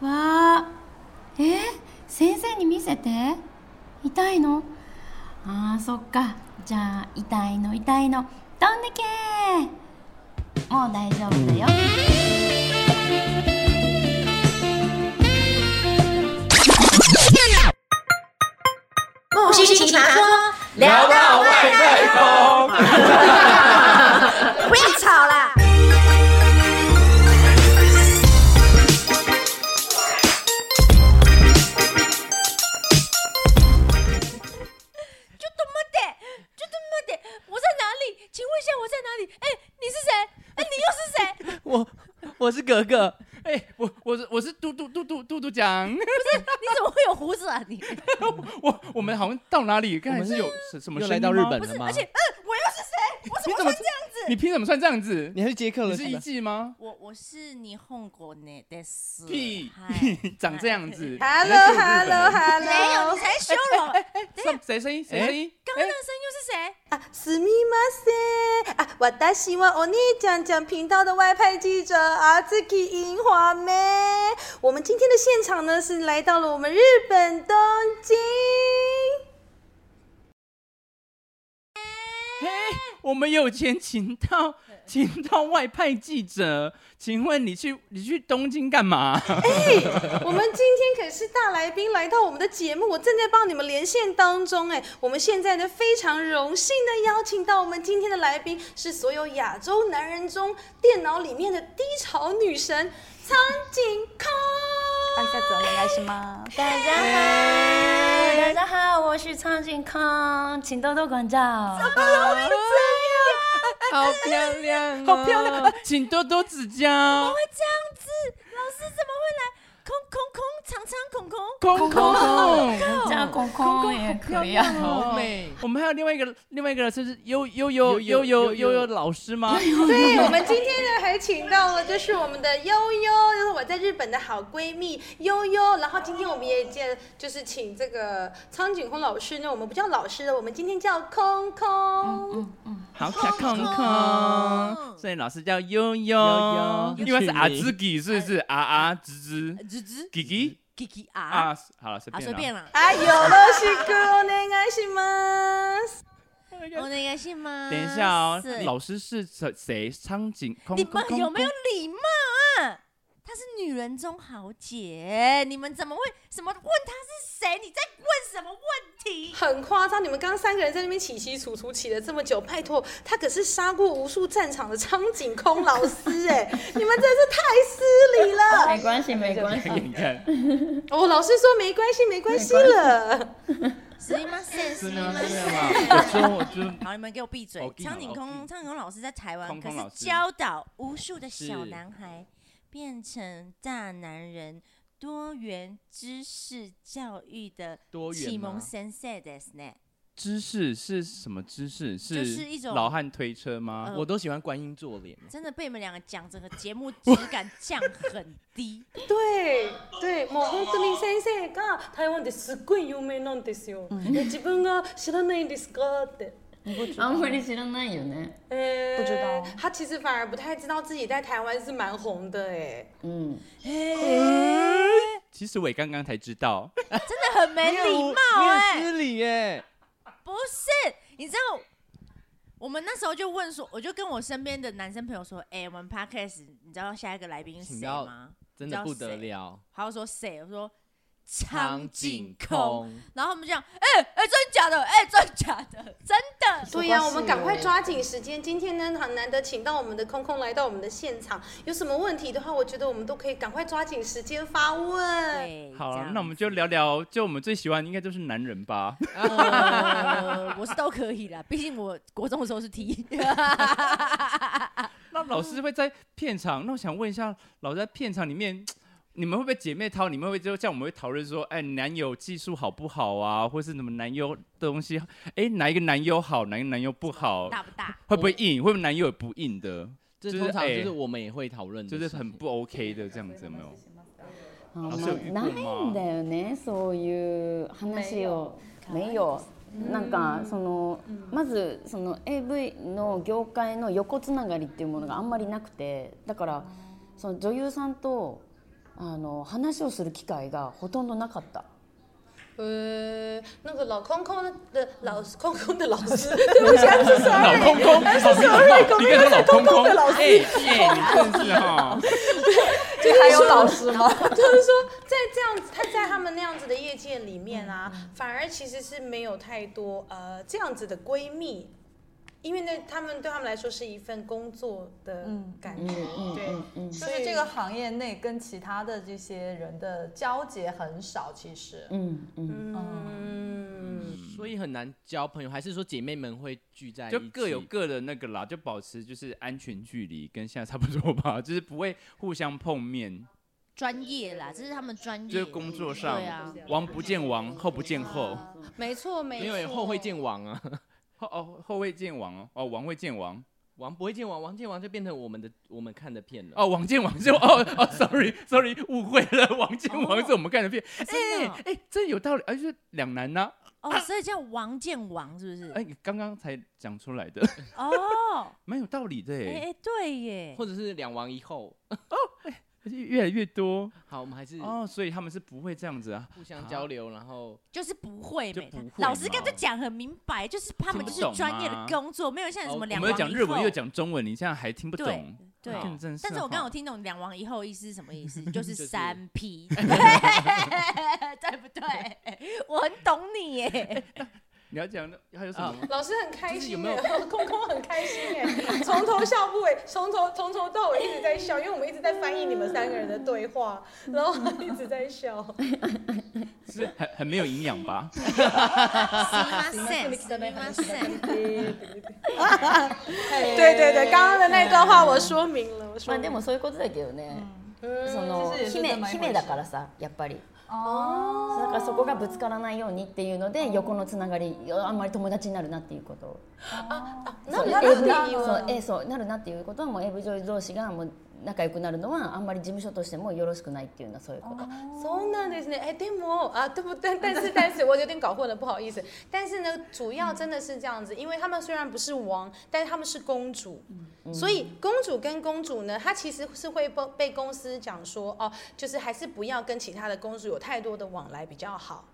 わあえー、先生に見せて痛いのあーそっかじゃあ痛いの痛いの飛んでけーもう大丈夫だよ木西奇葩说，聊到外太 空，不要吵啦！ちょっと待って、ちょっと待って，我在哪里？请问一下我在哪里？哎，你是谁？哎，你又是谁？我我是格格， 哎、我我是我是嘟嘟嘟嘟嘟嘟讲，你怎么会有胡子啊你？我我们好像到哪里？刚才我们是有什什么又声来音到日吗本不是了，吗而？且，嗯，我又是谁？我怎你么怎会么这样子？你凭什么算这样子？你还是接客你了是是一吧？季吗？我我是你红国内的是屁嗨， 长这 样子。 Hello，Hello，Hello，没有，你才羞 辱。哎上谁声音？哎谁声音？刚刚那个声音又是谁？啊，すみません啊，我大希望欧尼讲讲频道的外派记者啊阿兹基樱花妹。我们今天的现场呢是来到了我们日本东京。嘿，我们有钱请到请到外派记者，请问你去你去东京干 嘛？哎我们今天可是大来宾来到我们的节目，我正在帮你们连线当中。哎，我们现在呢非常荣幸的邀请到我们今天的来宾是所有亚洲男人中电脑里面的低潮女神苍井空。大家好，大家好，我是苍井空，请多多关照。好漂亮、啊好漂亮！啊！请多多指教会。这样子，老师怎么会来？空空空，长长空空， 空空空，叫公公也可以啊。哦好美。我们还有另外一个另外一个，就是悠悠悠悠悠悠悠老师吗？对，我们今天呢还请到了，就是我们的悠悠，就是我在日本的好闺蜜悠悠。然后今天我们也见，就是请这个苍井空老师呢，我们不叫老师了，我们今天叫空空。好卡空空空，所以老师叫悠悠悠，悠另外是阿兹吉，是不是？哎啊啊吱吱，吱吱吉吉叽叽啊啊，好了，随啊，便随便了。啦。哎呦，老师哥，お願いします。我那个是吗？哎等一下哦是，老师是谁？谁？苍井空你空们有空没有空，礼貌啊？她是女人中豪杰，你们怎么会什么问她是谁？你在问什么问 题？很夸张，你们刚刚三个人在那边起起楚楚起了这么久，拜托，他可是杀过无数战场的苍井空老师哎、你们真是太失礼了。 没关系，没关 系。你看，哦，老师说没关系，没关系了。すいません，す真い的ま吗？真せん。的吗？我说我就好，你们给我闭嘴哦！闭嘴苍井哦空，苍井空老师在台湾空可空是老师教导无数的小是男孩变成大男人，多元知识教育的多元启蒙吗先生ですね。知识是什么知识？就是一种老汉推车吗呃？我都喜欢观音坐莲。真的被你们两个讲，整个节目质感降很 低。对对、もう本当に先生が台湾ですっごい有名なんですよ。え自分が知らないんですかって。あんまり知らないよね。呃，不知道他其实反而不太知道自己在台湾是蛮红的哎。嗯，其实我也刚刚才知道，真的很没礼貌哎、没有失礼耶。不是，你知道，我们那时候就问说，我就跟我身边的男生朋友说，哎、我们 podcast，你知道下一个来宾是请谁到吗？真的不得了，他就说谁？我说苍苍井井空。空，然后他们就讲，哎、哎、真的假的？哎、真的假的？真的。对呀、关啊我系们赶耶快抓紧时间。今天呢，很难得请到我们的空空来到我们的现场，有什么问题的话，我觉得我们都可以赶快抓紧时间发问。对，好这了样，那我们就聊聊，就我们最喜欢应该就是男人吧。呃，我是都可以啦，毕竟我国中的时候是 T。 那老师会在片场，那我想问一下，老师在片场里面，你们会不会姐妹淘？你们会不会就像我们会讨论说，哎，男友技术好不好啊，或是什么男优的东西？哎，哪一个男优好，哪一个男优不好？大不大？会不会硬？会不会男友也不硬的？这就是通常哎就是我们也会讨论的就事是情，很不 OK 的这样子，有没有？あん老ま師有遇過ないんだ吗？よね、そういう話を。没有。なんかその、まずその AV の業界の横つながりっていうものがあんまりなくてだからその女優さんとあの話をする機会がほとんどなかった。呃，那个老空空的老师，空空的老师，对不起，他是谁？老公公，老公公，你跟他老公公，哎哎，你真是哈。就还有老师 吗？就是说，在这样子，他在他们那样子的业界里面啊，反而其实是没有太多呃这样子的闺蜜，因为那他们对他们来说是一份工作的感觉，对，就所是以这个行业内跟其他的这些人的交结很少，其实。嗯嗯，嗯，所以很难交朋友，还是说姐妹们会聚在一起？就各有各的那个啦，就保持就是安全距离，跟现在差不多吧，就是不会互相碰面，专业啦，这是他们专业。就是工作上，对啊，王不见王，后不见后，没错，没没错，有后会见王啊，后哦后会见王哦，哦王会见王，王不会见王，王见王就变成我们的我们看的片了。哦王见王就哦哦，sorry sorry，误会了，王见哦王是我们看的片，真哎的哦哎，这有道理，而且两难呐，哦，所以叫王见王是不哎是？刚刚才讲出来的，哦，蛮有道理的哎哎，哎，对耶或，者是两王一后。越来越多好，我们还是哦，所以他们是不会这样子啊，互相交流，然后就是不会就没不会嘛老师刚才讲很明白，就是他们就是听不懂专业的吗工作，没有像什么哦我两王们又一讲日文后又讲中文，你现在还听不对懂，对。更真是哦但是我哈刚有听懂“两王一后”意思是什么意 思，就是就是三 P，对 对不对？我很懂你耶，你要讲的还有什啊么？老师很开心就哎、空空很开心哎、从头笑不尾，从头从头到尾一直在笑，因为我们一直在翻译你们三个人的对话，然后一直在笑。是很很没有营养吧？すみませんすみません对对对，刚刚的那段话我说明了，我ま说あ明了。でもそういうことだけどね。その先生姫先生姫だからさ、やっぱり。哦，だからそこがぶつからないようにっていうので横のつながりあんまり友達になるなっていうことなそうるなエイるブっていうそうえそうなるなっていうことはもうエイブジョイ同士がもう仲良くなるのはあんまり事務所としてもよろしくないっていうのはそういうことそうなんですね。哎，でも啊，对不？但但是但是，我有点搞混了，不好意思。但是呢，主要真的是这样子，因为他们虽然不是王，但是他们是公主，所以公主跟公主呢，她其实是会被被公司讲说哦，就是还是不要跟其他的公主有太多的往来比较好。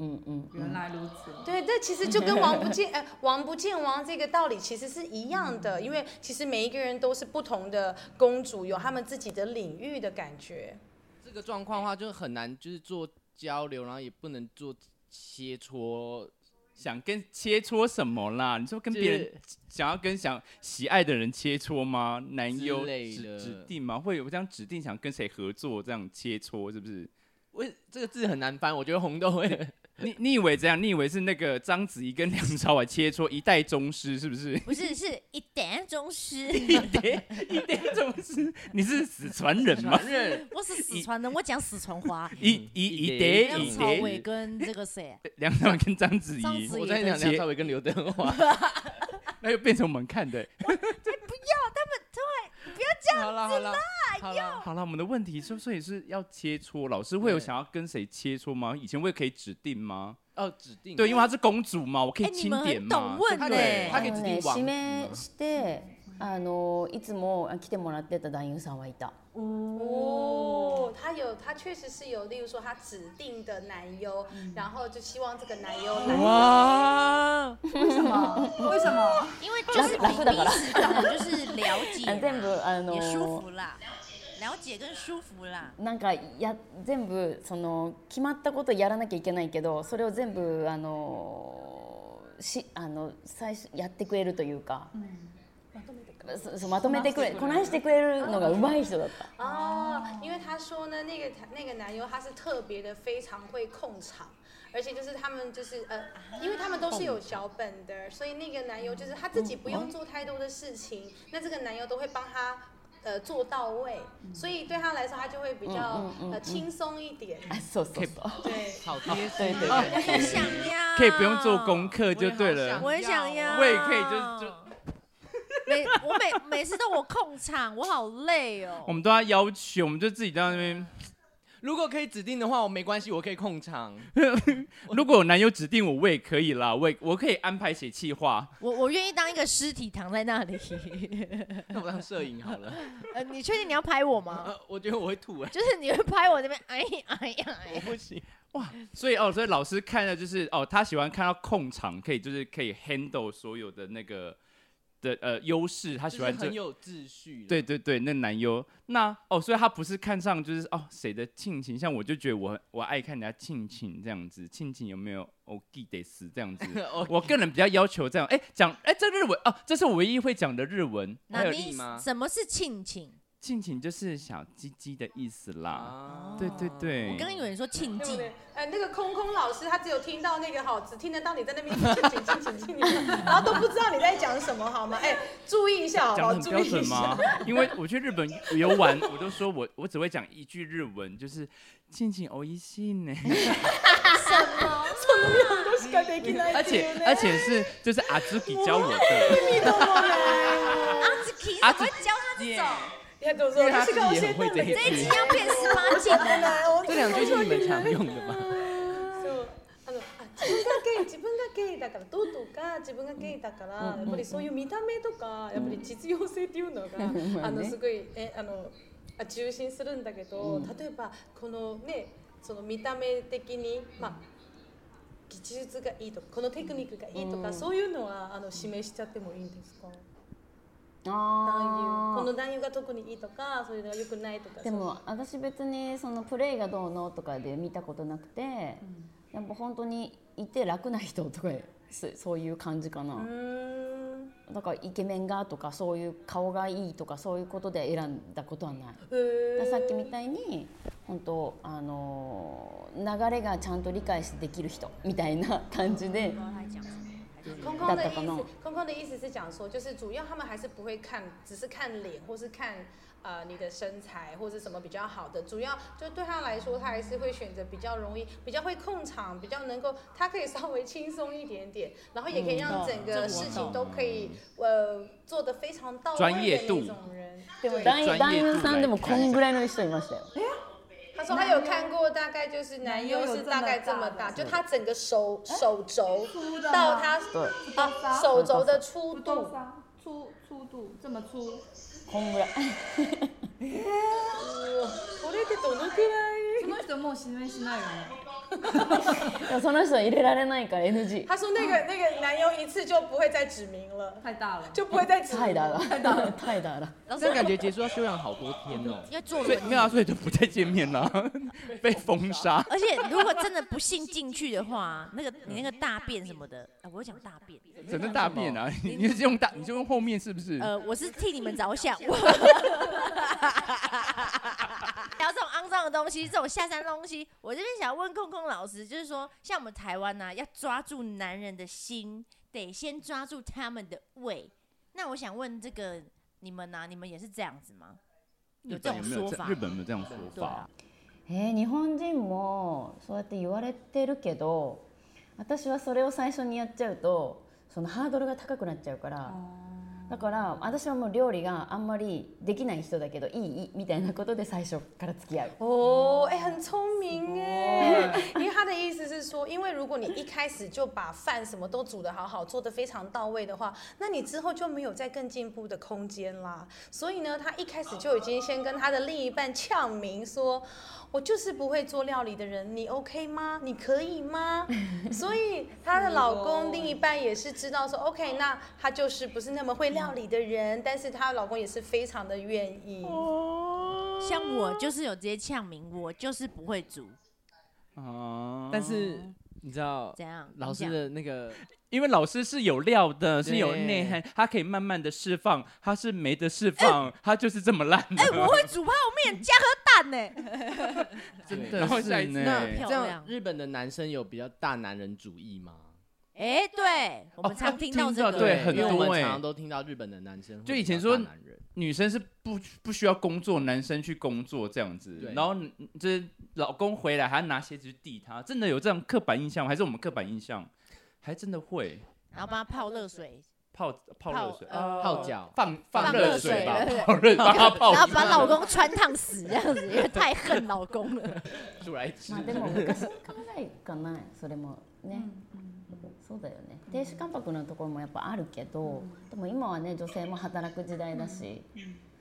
うんうん原来如此。对，这其实就跟王不见呃王不见王这个道理其实是一样的，因为其实每一个人都是不同的公主，有他们自己的领域的感觉。这个状况的话，就很难就是做交流，然后也不能做切磋，想跟切磋什么啦？你说跟别就人是想要跟想喜爱的人切磋吗？男优之类指的指定吗？会有这样指定想跟谁合作这样切磋是不是？为这个字很难翻，我觉得红豆会。你你以为怎样？你以为是那个章子怡跟梁朝伟切磋一代宗师是不是？不是是一点钟师，一代宗师，你是死传 人吗？承认我是四川人，我讲四川话。一一一代梁一朝代，伟跟这个 谁，啊梁朝伟跟章子章怡子，我怡在跟讲梁朝伟跟刘德 华。那又变成我们看的。好了好了好了，好了，我们的问题是，所以是要切磋，老师会有对想要跟谁切磋吗？以前我也可以指定吗？哦，指定对，因为她是公主嘛，我可以哎你钦们点很嘛懂。问他呢可以他可以あ指のね定王指名してあのいつも来てもらってた男優さんはいた哦，他有，他确实是有，例如说他指定的男优，嗯然后就希望这个男优来。哇，为什么？嗯为什么？因为就是比楽楽だから彼此可能就是了解あ全部啦，あ也舒の服啦，了解跟舒服啦。なんかや全部その決まったことやらなきゃいけないけどそれを全部あのしあの最初やってくれるというか、そそうまとめてくれこなしてくれるのが上手い人だった。哦，因为他说呢，那个那个男优他是特别的，非常会控场，而且就是他们就是呃，因为他们都是有脚本的，所以那个男优就是他自己不用做太多的事情，那这个男优都会帮他。呃，做到位，所以对他来说，他就会比较嗯嗯嗯呃嗯轻松一 点。あそうそうそう。对，好贴对心对啊！对。我也想要，可以不用做功课就对我也好了想。我也想要，我也可以就是就每我每每次都我控场，我好累哦。我们都要要求，我们就自己在那边。如果可以指定的话，我没关系，我可以控场。 如果有男友指定我，我也可以啦，我也我可以安排写企划。我我愿意当一个尸体躺在那里。那我当摄影好 了。呃，你确定你要拍我嗯吗？呃，我觉得我会吐哎、就是你会拍我这边，哎呀哎呀哎我哦呀， 不行。所以哦，所以老师看的就是哦，他喜欢看到控场可以就是可以 handle 所有的那个的呃优势，他他喜欢这很有秩序。，对，对对，那男优那哦，所以他不是看上就是哦谁的亲情，像我就觉得我我爱看人家亲情这样子，亲情有没有哦 g 得死这样子哦我个人比较要求这样，哎讲哎这日文哦，这是我唯一会讲的日文，那有你力吗什么是亲情？亲情就是小鸡鸡的意思啦，啊对对对，我刚刚以为你说庆对不对忌，？哎，那个空空老师他只有听到那个好，只听得到你在那边敬请敬请敬请，然后都不知道你在讲什么好吗？哎，注意一下好不讲好？的很注标意一准下。吗？ 因为我去日本游玩，我都说我我只会讲一句日文，就是哦“亲亲おいしいね”，而且而且是就是阿朱给教我的，阿兹奇阿怎么兹会教他这种？你看，我因说为他他自是己跟我也先很会这一这一集句。要变十八啊禁了。这两句是你们常用的吧？あのあ自分がゲイ自分がゲイだからどうとか自分がゲイだからやっぱりそういう見た目とかやっぱり実用性っていう のがあのすごいえあのあ重心するんだけど例えばこのねその見た目的にまあ技術がいいとかこのテクニックがいいとかそういうのはあの示しちゃってもいいんですか男優こあの男優が特にいいとかそういうのが良くないとかーでも私別にそのプレイがどうのとかで見たことなくて、やっぱ本当にいて楽な人とかそそういう感じかな、そううーんだからイケメンがとかそういう顔がいいとかそういうことで選んだことはないへーだからさっきみたいに本当あのー流れがちゃんと理解してできる人みたいな感じで空空的意大大思，空空的意思是讲说，就是主要他们还是不会看，只是看脸或是看呃你的身材或是什么比较好的。主要就对他来说，他还是会选择比较容易、比较会控场、比较能够，他可以稍微轻松一点点，然后也可以让整这我嗯懂个事情都可以呃做得非常到位专业的度那种人。でも对男優专男业度優さんでもこんぐらいの人いましたよ他说他有看过，大概就是男优是大概这么大，就他整个手手肘粗的吗到他对啊手肘的粗不度多。少，粗粗度这么粗，こんぐらいこれってどのくらい？その人もう指名しないよね。啊でもその人入れられないから NG 他说那个嗯那个男优一次就不会再指名了，太大了，就不会再指タイ名。ダーだタイダーだ哦这样感觉结束要休养好多天哦。要做所以没有啊，所以就不再见面了，被封杀。而且如果真的不幸进去的话，那个你那个大便什么的，啊，我讲大便，整个大便啊，你你就用大，你就用后面是不是？呃，我是替你们着想。我聊这种肮脏的东西，这种下三滥东西，我这边想要问空空老师，就是说，像我们台湾呢、要抓住男人的心，得先抓住他们的胃。那我想问这个你们呢、你们也是这样子吗？有日这本有种没有说这法？日本有没有这样说对法啊？，えー日本人もそうやって言われてるけど私はそれを最初にやっちゃうとそのハードルが高くなっちゃうからだから私はもう料理があんまりできない人だけどいいいいみたいなことで最初から付き合う。哦，哎、很聪明哎， 因为他的意思是说，因为如果你一开始就把饭什么都煮得好好，做得非常到位的话，那你之后就没有再更进步的空间啦。所以呢，他一开始就已经先跟他的另一半呛明说，我就是不会做料理的人，你 OK 吗？你可以吗？所以她的老公另一半也是哦知道说，OK，那她就是不是那么会料理的人，但是她老公也是非常的愿意。像我就是有直接呛明，我就是不会煮，啊， 但是你知道怎样？老师你讲的那个因为老师是有料的，是有对哎内涵，他可以慢慢的释放，他是没得释放，他就是这么烂的。哎、 我 会煮泡面加喝蛋呢、真对的是下一次呢那漂这样亮日本的男生有比较大男人主义吗？哎、对，我们 常听到哦听这到个，对很因为多我们欸常常都听到日本的男生会就以前比较大说男人女生是不不需要工作，男生去工作这样子对，然后这老公回来还要拿鞋子去递她，真的有这样刻板印象吗？还是我们刻板印象？还真的会然后帮他泡热水，泡泡热水，呃泡脚，哦放放热热水吧对对，泡热把它泡然后把老公穿烫死这样子，因为太恨老公了。出来吃ま。あでも昔の考えかなそれもね、そうだよね亭主関白のところもやっぱあるけど、でも今はね女性も働く時代だし、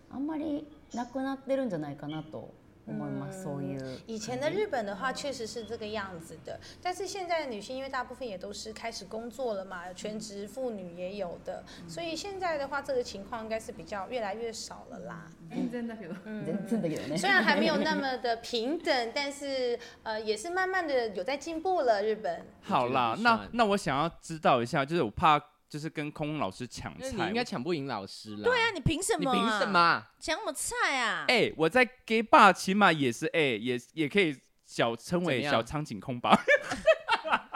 あんまりなくなってるんじゃないかなと思います、そういう。以前嗯的日本的话，确实是这个样子的。但是现在的女性，因为大部分也都是开始工作了嘛，全职妇女也有的，嗯所以现在的话，这个情况应该是比较越来越少了啦。嗯嗯真的けど。全然だけどね。虽然还没有那么的平等，但是呃，也是慢慢的有在进步了。日本，好啦，不那算那我想要知道一下，就是我怕就是跟空空老师抢那你菜。应该抢不赢老师 啦。对啊，，你凭什你么、啊？凭什？么？讲什么菜啊？哎、我在 gay bar 起码也是哎、也也可以小称为怎么样小苍井空吧。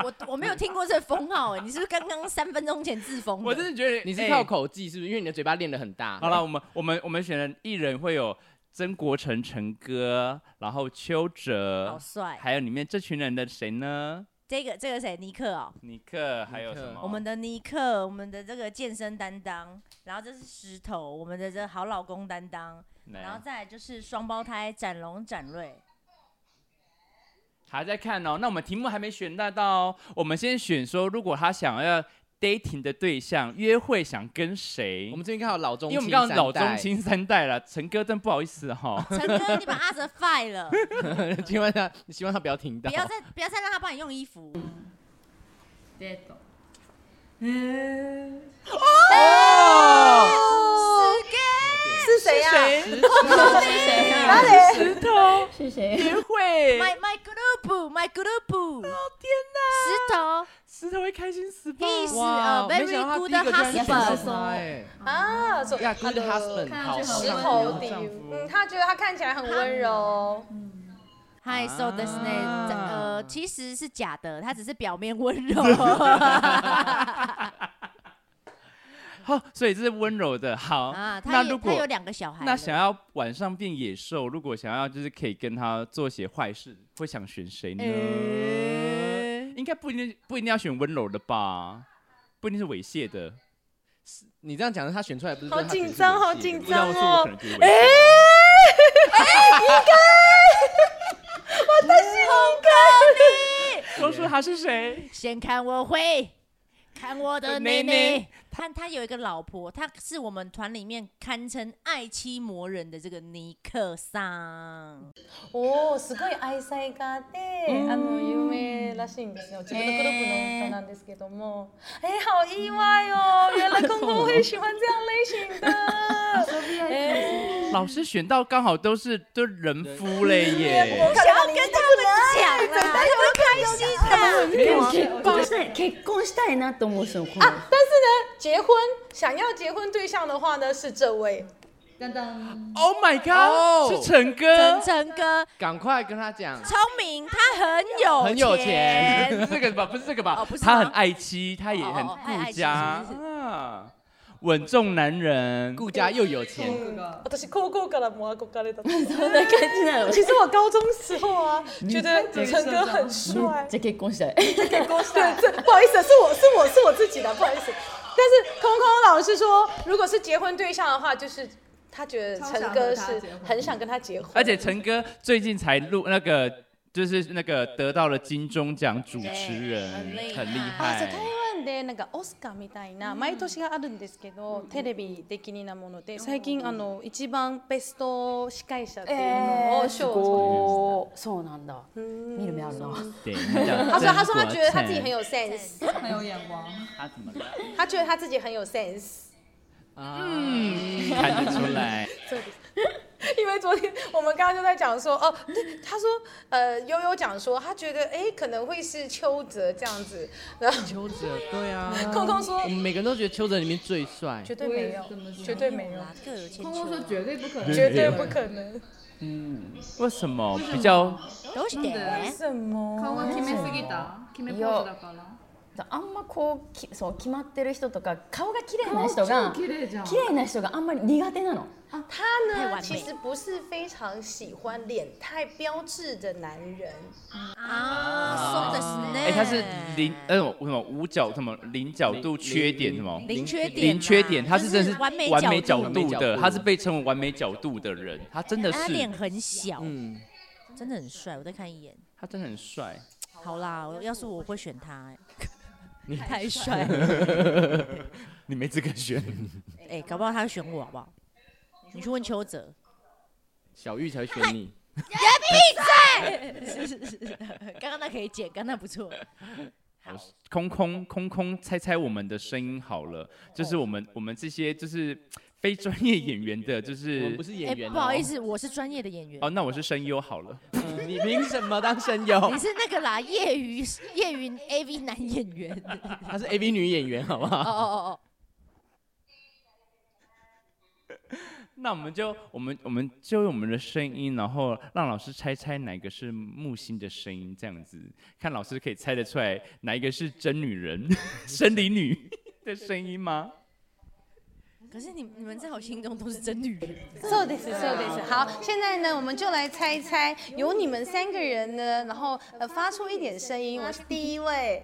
我我没有听过这封号、哎，你是不是刚刚三分钟前自封的？ 我真的觉得哦你是哎靠口技是不是？因为你的嘴巴练得很大。好了，我们我们我们选的艺人会有曾国成、陈哥，然后邱好呃哲，帅。还有里面这群人的谁呢？这个这个谁？尼克哦，尼克，还有什么？我们的尼克，我们的这个健身担当，然后这是石头，我们的这好老公担当，然后来再来就是双胞胎展龙展瑞。还在看哦。那我们题目还没选到到哦，我们先选说，如果他想要 dating 的对象，约会想跟谁我？们这边刚好老中因青为我三代，们刚刚老中青三代了，陈哥真不好意思哦哈、陈哥，你把阿哲 fire 了， 希望他希望他不要听到。不要再不要再让他帮你用衣服。デート。嗯，是谁呀、 是谁？ My my group my group，石头石头会开心死吧？ He's 哇哦 a 没 very 想到 good 他第一个居然选到 husband。他哎，哦哦啊？走呀，Good 他的 husband，好石很头温顶丈夫，嗯，他觉得他看起来很温柔，嗨，so this 呢，Ah. 呃，其实是假的，他只是表面温 柔。啊好、所以这是温柔的。好，啊，他哦那也如他果有两个小孩了，那想要晚上变野兽，如果想要就是可以跟他做些坏事，会想选谁呢？应该不一定不一定要选温柔的吧，不一定是猥亵的。你这样讲的，他选出来不是好紧张，好紧不知道张我说我哦可。能觉得猥亵。说出他是谁？先看我会，看我呃的妹妹妹妹。他他有一个老婆，他是我们团里面堪称爱妻魔人的这个尼克 桑。おおすごい愛妻家で、あの有名らしいんですよ。自分のグループの歌なんですけども、えー、好意外 哦，原来公公会喜欢这样类 型的。 哎老师选到刚好都是都人夫嘞 耶。想要跟他讲啦，有没有开心的？でも結婚したい結婚したいなと思う人この但是呢，结婚想要结婚对象的话呢，是这位。噔噔， Oh my god，、哦是陈哥陈，诚哥赶快跟他 讲，聪明，他很有很有钱不是这个吧？不是这个吧？哦不是吗他很爱妻，他也很哦哦爱爱顾妻家是是啊，稳重男人。顾家又有钱，这 个私高校からも憧れた。 そんな感じなの。めっ其实我高中时候 啊，觉得陈哥很帅。ちゃ結婚したい。对，这不好意思，是我是我是我自己的，不好意思。但是空空老师说，如果是结婚对象的话，就是他觉得陈哥超想是和他结婚很想跟他结婚，而且陈哥最近才录那个，就是那个得到了金钟奖主持人，对很厉あそう害台。湾でなんかオスカーみたいな毎年があるんですけど、テレビ的なもので最近あの一番ベスト司会者っていうのを賞をおーそうなんだ。見る目あるな。对，你讲取りました。他说：“他说他觉得他自己真国很有 sense，很有眼光。他怎么了？他觉得他自己很有 sense。嗯，啊看得出来， 因为昨天我们刚刚就在讲说，哦，对，他说，呃，悠悠讲说，他觉得，哎，可能会是邱泽这样子，然后邱泽，对啊，空空说我们每个人都觉得邱泽里面最帅，绝对没有我也这么，想绝对没有，啊各有千空空秋说啊，绝对不可能，绝对不可能。为什么比较 都是真的得什么？嗯嗯空空決めすぎた。決めポーズだから。あんまこうきそう決まってる人とか顔が綺麗な人超が綺麗じゃん綺麗な人があんまり苦手なの。他太完呢美其实不是非常喜欢脸太标致的男人，啊，そうですね。哎、他是零呃什么五角什么零角度缺点什么零缺点嘛，啊零缺点，他是真的就是完美完美角角度度的，嗯他是被称为完美角度的人，他真的哎他是脸很小，嗯，真的很帅。我再看一眼，他真的很帅。好啦，我要是我会选他、哎太帅了， 你没资格选，哎、搞不好他选我好不好？你去问邱泽， 小玉才选你。刚刚那可以剪，刚刚那不错。空空空空，猜猜我们的声音好了，就是我们我们这些就是非专业演员的， 就我是们不是哎、演员、哦不好意，思，我是专业的演员。哦，那我是声优好了。嗯你凭什么当声优你？是那个啦，业余业余 AV 男演员。她是 AV 女演员，好不哦好？哦哦那我们就我们我们就用我们的声音，然后让老师猜猜哪个是木星的声音，这样子看老师可以猜得出来哪一个是真女人、 生理女的声音吗？哦，可是你你们在我心中都是真女人。そうです、そうです。好，现在呢，我们就来猜一猜，由你们三个人呢，然后呃发出一点声音。我是第一位，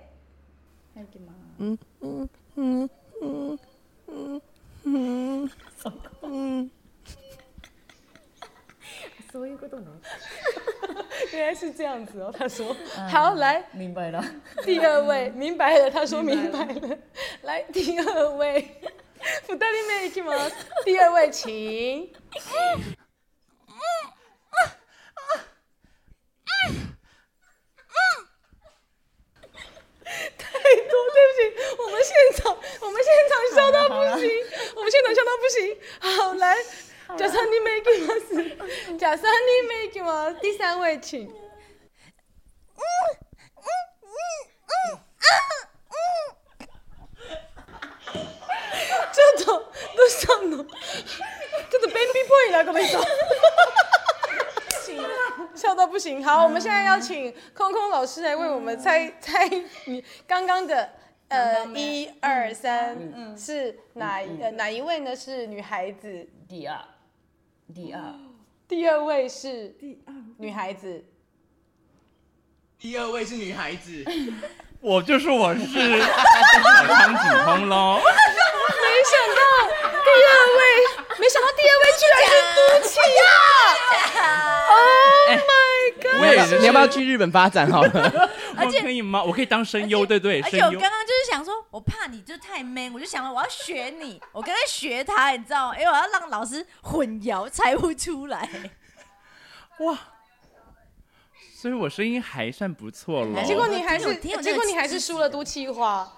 そういうことなの。原来是这样子哦。他说，好，来明白了。第二位，明白了。他说明白了。来第二位，不带你们去吗？第二位，请。太多，对不起，我们现场，我们现场笑到不行，我们现场笑到不行。好，来，假设你没给我，假设你没给我，第三位请。ちょっとどうしたの？ちょっと便秘っぽいなこの人。笑到不行。好，我们现在要请空空老师来为我们嗯猜猜你刚刚的。呃，一二三，嗯是哪一呃哪一位呢？是女孩子，第二，第二，第二位是女孩子，第二位是女孩子，我就说我是苍井 空喽。没想到第二位，没想到第二位居然是毒气呀！Oh my god！我也是你要不要去日本发展好了？我可以吗？我可以当声优，对不对，而且声我优刚。刚就是想说，我怕你就太 man，我就想了我要学你，我刚才学他，你知道吗？因为我要让老师混淆猜不出来。哇，所以我声音还算不错喽。结果你还我是，哦听我听我结果你还是输了都气话。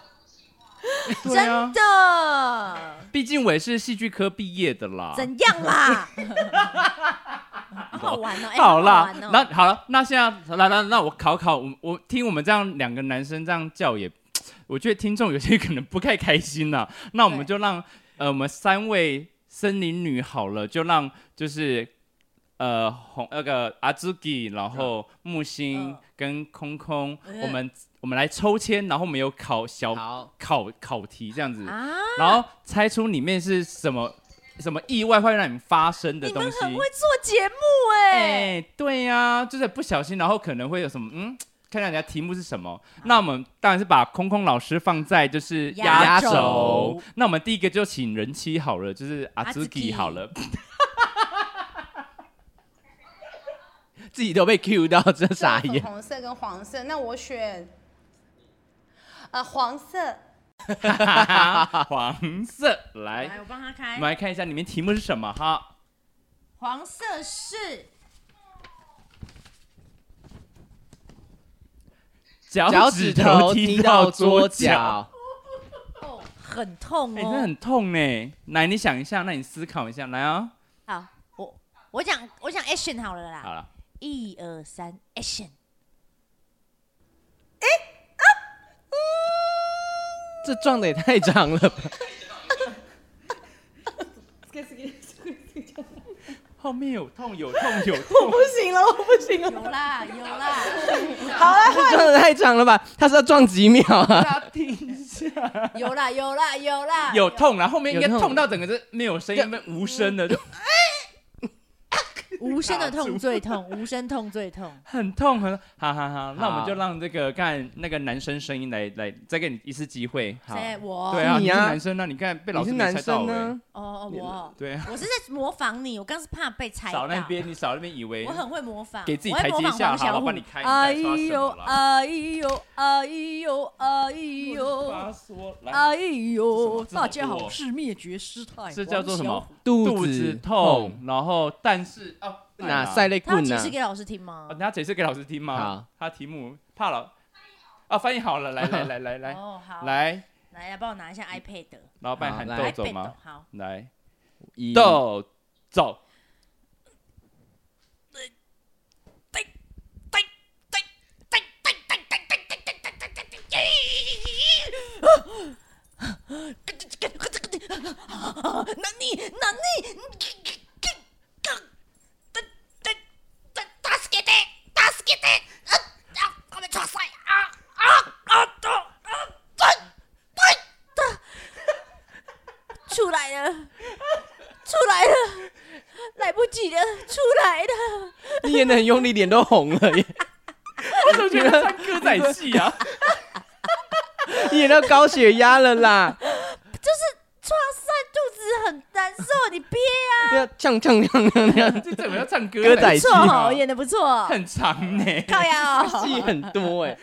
对啊真，的？毕竟我也是戏剧科毕业的啦。怎样 啦？好好玩哦！哎好啦，玩哦那好了，那现在来来，那我考考我，我听我们这样两个男生这样叫也，我觉得听众有些可能不太开心了。那我们就让呃我们三位森林女好了，就让就是呃红那个阿兹吉，然后木星嗯跟空空，嗯我们我们来抽签，然后我们有考 小好，考考题这样子，啊，然后猜出里面是什么什么意外会让你们发生的你东们西。很会做节目哎！哎、对呀、就是不小心，然后可能会有什么，嗯，看看人家题目是什么。那我们当然是把空空老师放在就是压压轴轴。那我们第一个就请人妻好了，就是阿兹阿兹基基好了。 自己都被 Q 到，真傻 粉眼。红色跟黄色，那我选，呃，黄色。黄色，来，来，我帮他我开们。来看一下里面题目是什么哈。黄色是脚趾头踢到桌角，，哦，很痛哎、哦。那很痛呢。来，你想一下，那你思考一下，来啊。好，我我讲我讲 action 好了好啦，了，一二三 action，这撞的也太长了吧。后面有痛有痛有我痛，不行了，我不行了。有啦有啦，撞的太长了吧？他是要撞几秒啊？大家听一下，有啦有啦有啦， 有痛，然后后面应该有痛痛到整个是没有声音，变无声了，就无声的卡痛住最痛，无声痛最痛。很痛很，好好好，那我们就让这个看那个男生声音来来，再给你一次机会，好。谁我？对啊，你你是啊男生那你看被老你师是没男猜到生欸呢？哦哦我，对啊，我是在模仿你，我刚是怕被猜少到。那边，你少那边以为我很会模仿，给自己我会台模阶仿下，黄好，小我虎帮你开。哎你在刷什呦么啦哎呦哎呦哎呦发缩，来，哎呦！这什么大家好，这么多我是灭绝师太。这叫做什黄小么虎？？肚子痛，，然后但是哦，哪在塞啊类他要棍解呢释？给老师听吗哦，？你要解释给老师听吗啊好？他题目怕老啊，翻译好了，来来来来来哦，好，来来，来，帮我拿一下 iPad。老板喊好豆来走吗 iPad？好，哎来，一豆走，那你那你，助けて助けてああごめんなさいあああっとあああった出来了，出来了，来不及了，出来了。你演的很用力，脸都红了耶，我怎么觉得像歌仔戏啊？ 你演到高血压了啦！就是抓塞，肚子很难受，你憋啊！ 要呛呛呛呛呛，这怎么要唱歌啊歌仔不戏错哦，演的不错哦，很长呢。靠呀哦！戏很多 哎。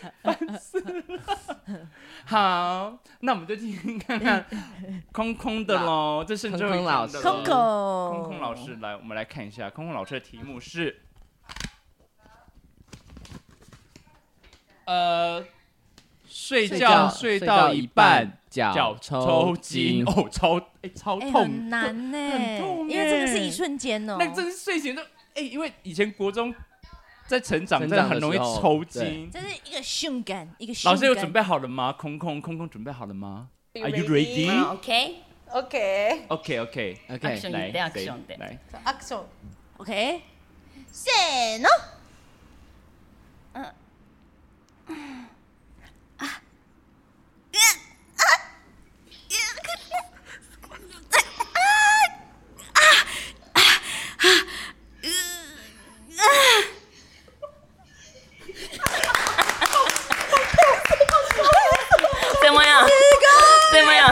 好，那我们就听看看空空的喽，这是空最后一空堂老的师喽空空，空空老师来，我们来看一下，空空老师的题目是，呃，睡觉睡到一半，脚脚抽筋，哦，超哎、超哎、痛很，难呢、很痛因为这个是耶一瞬间哦、那真是睡醒都哎、因为以前国中在成长，成真长的很容易的时候抽筋。这是一个瞬感，一个瞬感。老师有准备好了吗？空空空空准备好了吗 Are ？Are you you ready? OK OK， OK OK OK， Action 来で Action 谁で来。 action。 ？OK，せーの。怎么样？怎么样？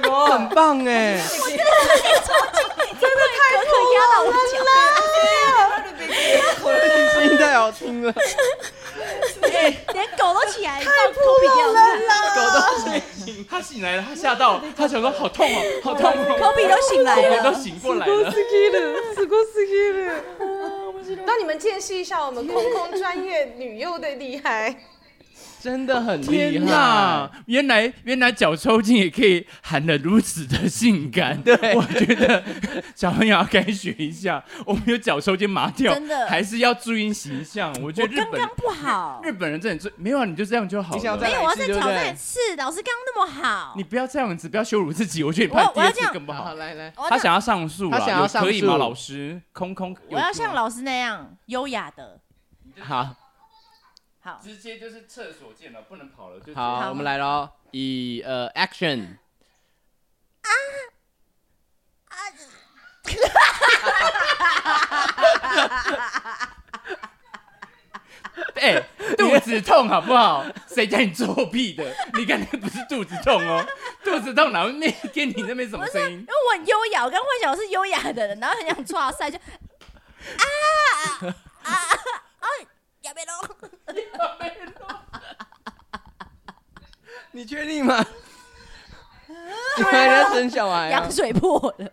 结果很棒哎，声音太好听了，连狗都起来，太扑了啦！狗都睡醒， 他醒来了，他吓到，他想说好痛哦，好痛科哦，比都醒来我都了，醒过来了。让你们见识一下我们空空专业女优的厉害。 真的很厉天害。哪！原来原来脚抽筋也可以喊得如此的性感，对，我觉得小朋友要该学一下。我们有脚抽筋麻掉，真的还是要注意形象。我觉我得日刚本刚不好哎日。本人真的最没有啊，你就这样就好你想要了再。没有，我要再对不挑对战一次。老师刚刚那么好你，不要这样子，不要羞辱自己。我觉得你怕我第我要二这次样更不好。来来，我要他像想要上诉啦，他想要有上可以吗？诉老师，空空，有我要可以吗像老师那样优雅的。好好，直接就是厕所见了，不能跑了，就好，我们来喽，一呃，action。哎、肚子痛好不好？谁叫你作弊的？你刚才不是肚子痛哦，肚子痛哪会那跟你那边什么声音因？为我很优雅，我刚幻想我是优雅的人，然后很想抓塞，就啊啊啊啊！やめろ。你确定吗？你还在生小孩啊羊？水破了，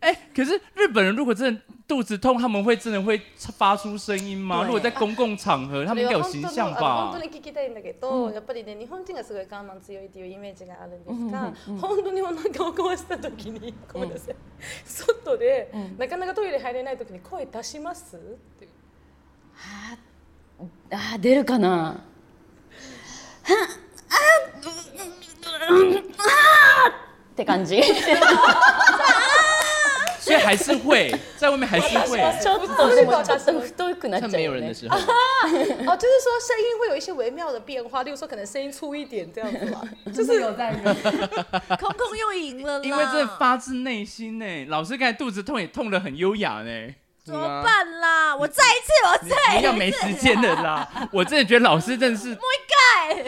哎、可是日本人如果真的肚子痛，他们会真的会发出声音吗？对如果在公共场合，他们应该有形象吧本？当に聞きたいんだけど、呃やっぱりね日本人がすごい我慢強いっていうイメージがあるんですが、本当にお腹を壊した時にごめんなさい、外で、なかなかトイレ入れない時に声出しますっていう。あー出るかな。 って感じち所以还是 会在外面还是会。ょっとでもちょっと太くなっちゃ趁没うよ、ね、有人的时候，哦，就是说声音会有一些微妙的变化，例如说可能声音粗一点这样子吧。就是有在忍。空空又赢了啦，因为真的发自内心呢，老师刚才肚子痛也痛得很优雅呢。啊怎么办啦？我再一次，我你再一你次要没时间的 啦！我真的觉得老师真的是，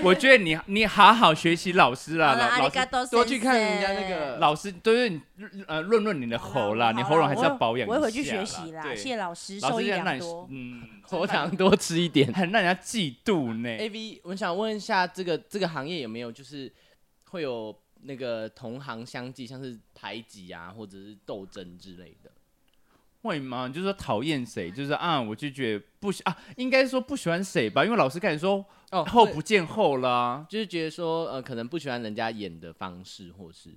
我觉得你你好好学习老师啦，好啦老老阿里嘎师多多去看人家先那生个老师都是你呃润润你的喉啦，好你喉咙还是要保养一我下啦。会回去学习啦，对谢谢老师，老受师益这样良让你多。 嗯，哎喉糖多吃一 点。很让人家嫉妒 A 哎呢。 V，我想问一下，这个这个行业有没有就是会有那个同行相忌，像是排挤啊，或者是斗争之类的？会吗？你就说讨厌谁，就是啊，我就觉得不喜啊，应该说不喜欢谁吧，因为老师刚才说哦后不见后啦，就是觉得说，呃，可能不喜欢人家演的方式，或是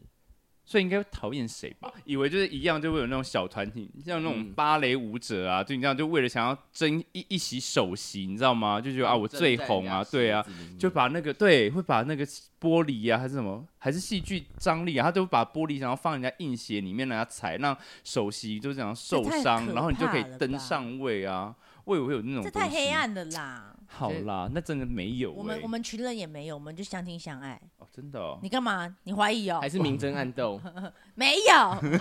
所以应该会讨厌谁吧？以为就是一样，就会有那种小团体，像那种嗯芭蕾舞者啊，就你这样，就为了想要争一一席首席，你知道吗？就觉得哦啊，我最红啊，对啊，，就把那个对，会把那个玻璃啊，还是什么，还是戏剧张力啊，他都把玻璃然后放人家硬鞋里面，让人家踩，让首席就这样受这太伤，可然后你就可以怕了登吧上位啊。我以为有那种这太东黑西。暗了啦！好啦，那真的没有、欸。我们我们群人也没有，我们就相亲相爱。哦，真的、哦。你干嘛？你怀疑哦还？是明争暗 斗。没有，あー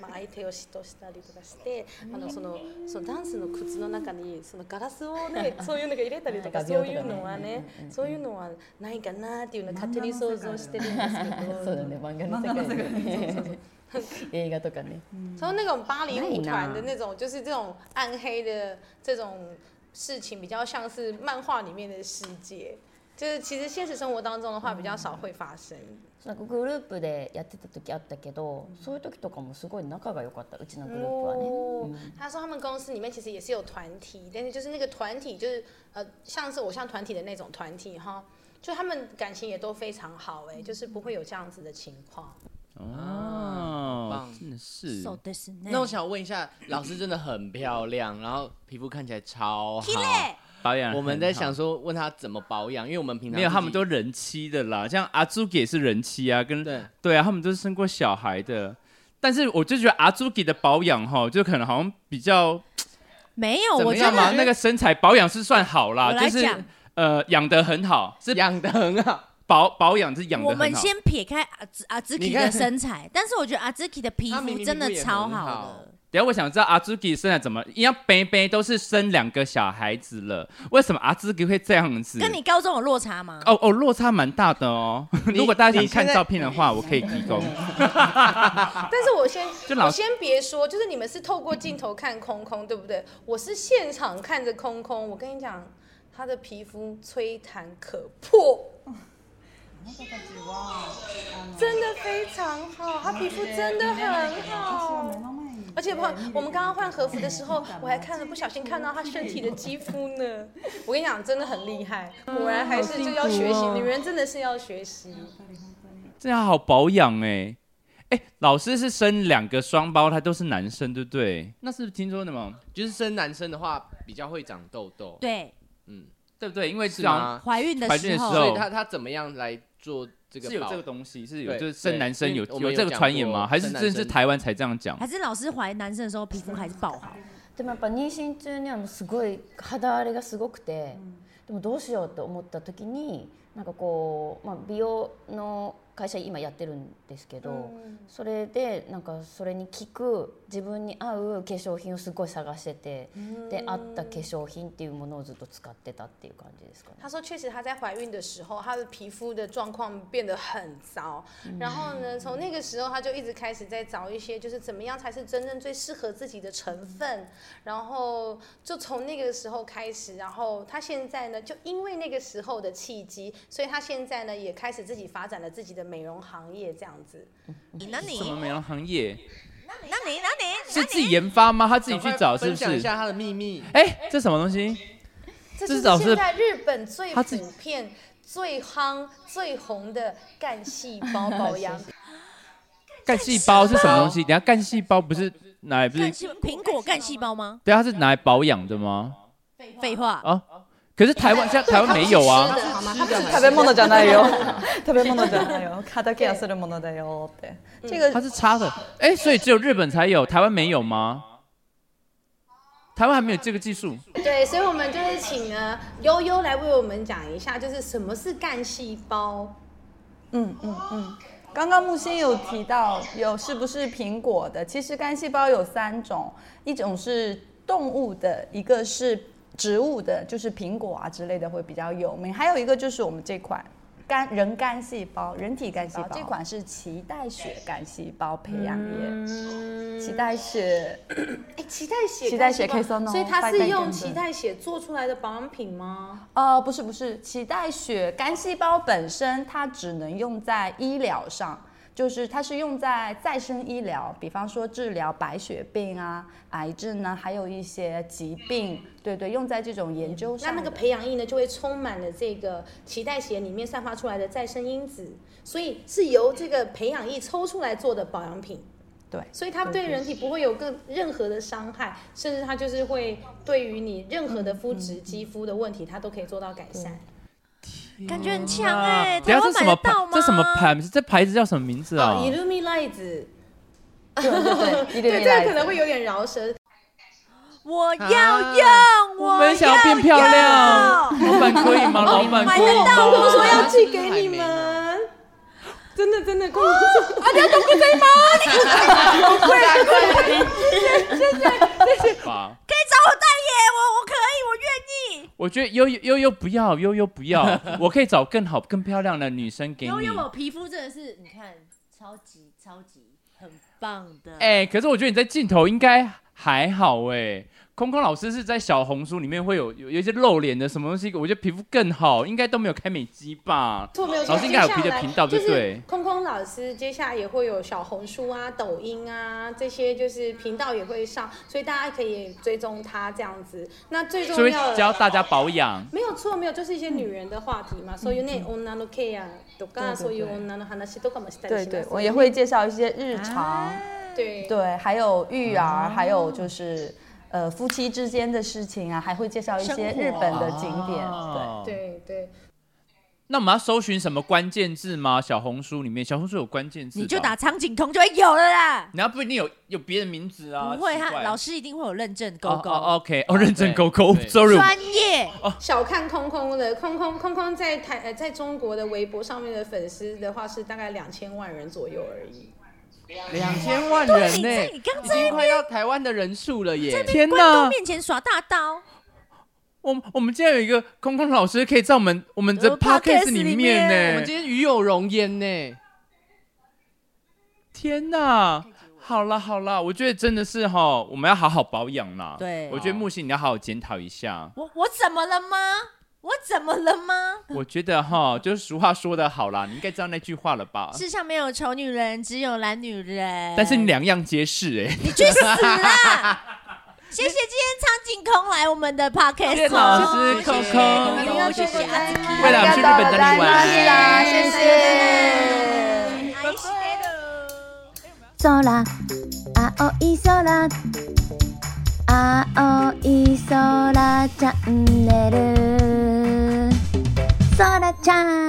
まあ、相手を嫉妬したりとかしてあのそのそのダンスの靴の中にそのガラスをねそういうのが入れたりとかそういうのはねそういうのはないかなっていうのは勝手に想像してるんですけどそうだ ね漫画の世界ね映画とかね从那种芭蕾舞团的那种，就是这种暗黑的这种事情，比较像是漫画里面的世界，就是其实现实生活当中的话比较少会发生。なんかグループでやってた時あったけど、そういう時とかもすごい仲が良かったうちのグループはね、哦，嗯他说他们公司里面其实也是有团体，但是就是那个团体就是呃，像是偶像团体的那种团体哈，就他们感情也都非常好嗯哎、就是不会有这样子的情况。哦棒，真的是。 So this 那我想问一下，老师真的很漂亮，然后皮肤看起来超好。保养。我们在想。说，问她怎么保养，因为我们平常没有，自己他们都人妻的啦，像阿朱给也是人妻啊，跟对对啊，他们都是生过小孩的。但是我就觉得阿朱给的保养哈，就可能好像比较没有，怎哦我么觉样嘛？得那个身材保养是算好我啦，来就是讲，呃养得很好，是养的很好，保保养是养我得们很好。先撇开啊阿兹阿兹你基看的身材， 但是我觉得阿兹基的皮他明肤明真的皮肤也超很好好的。等一下我想知道阿朱给身材怎么，因为贝贝都是生两个小孩子了，为什么阿朱给会这样子？跟你高中有落差吗？哦哦，落差蛮大的哦。 如果大家想看照片的话，我可以提供。但是我先，啊就老我先别说，就是你们是透过镜头看空空，对不对？我是现场看着空空，我跟你讲，她的皮肤吹弹可破，嗯真的非常好，她皮肤真的很好。而且我我们刚刚换和服的时候，我还看了不小心看到她身体的肌肤呢。 我跟你讲，真的很厉害，果然还是就要学习，女人真的是要学习。这样好保养哎、哎、老师是生两个双胞胎，都是男生，对不对？那是不是听说的嘛？就是生男生的话比较会长痘痘，对，嗯，对不对？因为是这样吗？怀孕的怀孕时的时候候所以他他怎么样来做这个是有保这个东西，是有对就是生男生对有因为我们有这个传言讲过吗？还是生男真的是生台湾才这样讲？还是老师怀男生的时候皮肤还是爆好？でもやっぱ妊娠中にはもうすごい肌荒れがすごくて、でもどうしようと思った時になんかこう、まあ、美容の会社今やってるんですけど、それでなんかそれに効く自分に合う化粧品をすごい探してて、で合った化粧品っていうものをずっと使ってたっていう感じですかね。她说，确实她在怀孕的时候，她的皮肤的状况变得很糟。嗯然后呢，从那个时候，她就一直开始在找一些，就是怎么样才是真正最适合自己的成分。然后就从那个时候开始，然后她现在呢，就因为那个时候的契机，所以她现在呢也开始自己发展了自己的美容行业，这样子。你哎那你什么美容行业那你那你是自己研发吗？他自己去找是分不是享一？下他的秘密。哎、这什么东西？这这是是老师现在日本最她自普遍、最夯、最红的干细 胞保养干细胞是什么东西？等一下干细胞不是拿来不是干？细苹果干细胞吗？对啊，它是拿来保养的吗？废话，啊，可是台湾现在台湾没有啊，是吃的还食是べ物じゃないよ。食べ物じゃないよ。片ケアするものだよって。这个它是差的。哎、所以只有日本才有，台湾没有吗？台湾还没有这个技术。对，所以我们就是请了悠悠来为我们讲一下，就是什么是干细胞。嗯嗯嗯，刚刚木星有提到有是不是苹果的？其实干细胞有三种，一种是动物的，一个是植物的，就是苹果啊之类的会比较有名，还有一个就是我们这款。干人干细胞，人体干细胞这款是脐带血干细胞培养液。嗯，脐带血哎，脐带血，脐带血可以送哦所以它拜是拜用等等脐带血做出来的保养品吗？呃，不是不是，脐带血干细胞本身它只能用在医疗上，就是它是用在再生医疗，比方说治疗白血病啊、癌症啊，还有一些疾病，对对，用在这种研究那上那的。个培养液呢，就会充满了这个脐带血里面散发出来的再生因子，所以是由这个培养液抽出来做的保养品。对所以它对人体不会有更任何的伤害，甚至它就是会对于你任何的肤嗯质、肌肤的问题，它都可以做到改善。感觉很强哎、啊等一台湾下这是什买么得牌到吗？？这什么牌？这牌子叫什么名字啊哦、i？l l u m i l i g h 对对对，一 t 点对，点这来个可自能会有点饶舌。我要用，我我们想要变漂亮，老板可以吗？老板可买以得到，吗？我说要寄给你哦们，真的真的，公司吧可以找我代言，我我可以，我愿意。我觉得悠悠悠悠不要，悠悠不要， 我可以找更好、更漂亮的女生给因你为。我皮肤真的是，你看，超级超级很棒的。哎、可是我觉得你在镜头应该还好哎、空空老师是在小红书里面会有有有一些露脸的什么东西，我觉得皮肤更好，应该都没有开美肌吧？错没有错。老师应该有别接下的来频道就对不是对空空老师接下来也会有小红书啊、抖音啊这些，就是频道也会上，所以大家可以追踪他这样子。那最所重以要的教大家保养。没有错，没有，就是一些女人的话题嗯嘛。そういうね、女のケアとか、そういう女啊の話とかもしたりします对对，我也会介绍一些日常，对啊对，还有育儿，还有就是呃夫妻之间的事情啊，还会介绍一些日本的景点，对。哦对对。那我们要搜寻什么关键字吗？小红书里面，小红书有关键字吧，你就打苍井空就会有了啦。你要不一定有有别的名字啊，不会，奇他怪老师一定会有认证哦勾勾。哦哦，OK，哦，认真对勾勾对，sorry，专业，小看空空的空空空空在台呃在中国的微博上面的粉丝的话是大概两千万人左右而已。两千万人哎你呢、在你刚已在经快要台湾的人数了耶！天观众哪！面前耍大刀，我我们竟然有一个空空老师可以在我们我们的呃 podcast podcast 里里面面呢、我们今天与有容焉呢，天呐！好啦好啦，我觉得真的是哈，我们要好好保养啦。对。我觉得木星你要好好检讨一下我我怎么了吗？我怎么了吗？我觉得哈，就是俗话说的好啦，你应该知道那句话了吧？世上没有丑女人，只有懒女人。啊但是你两样皆是哎、你去死 啦！谢谢今天苍井空来我们的 podcast，谢谢老师空空哎呦谢谢阿紫未来我们去日本等你玩。谢谢。爱してる空青い空青い空チャンネル空ちゃん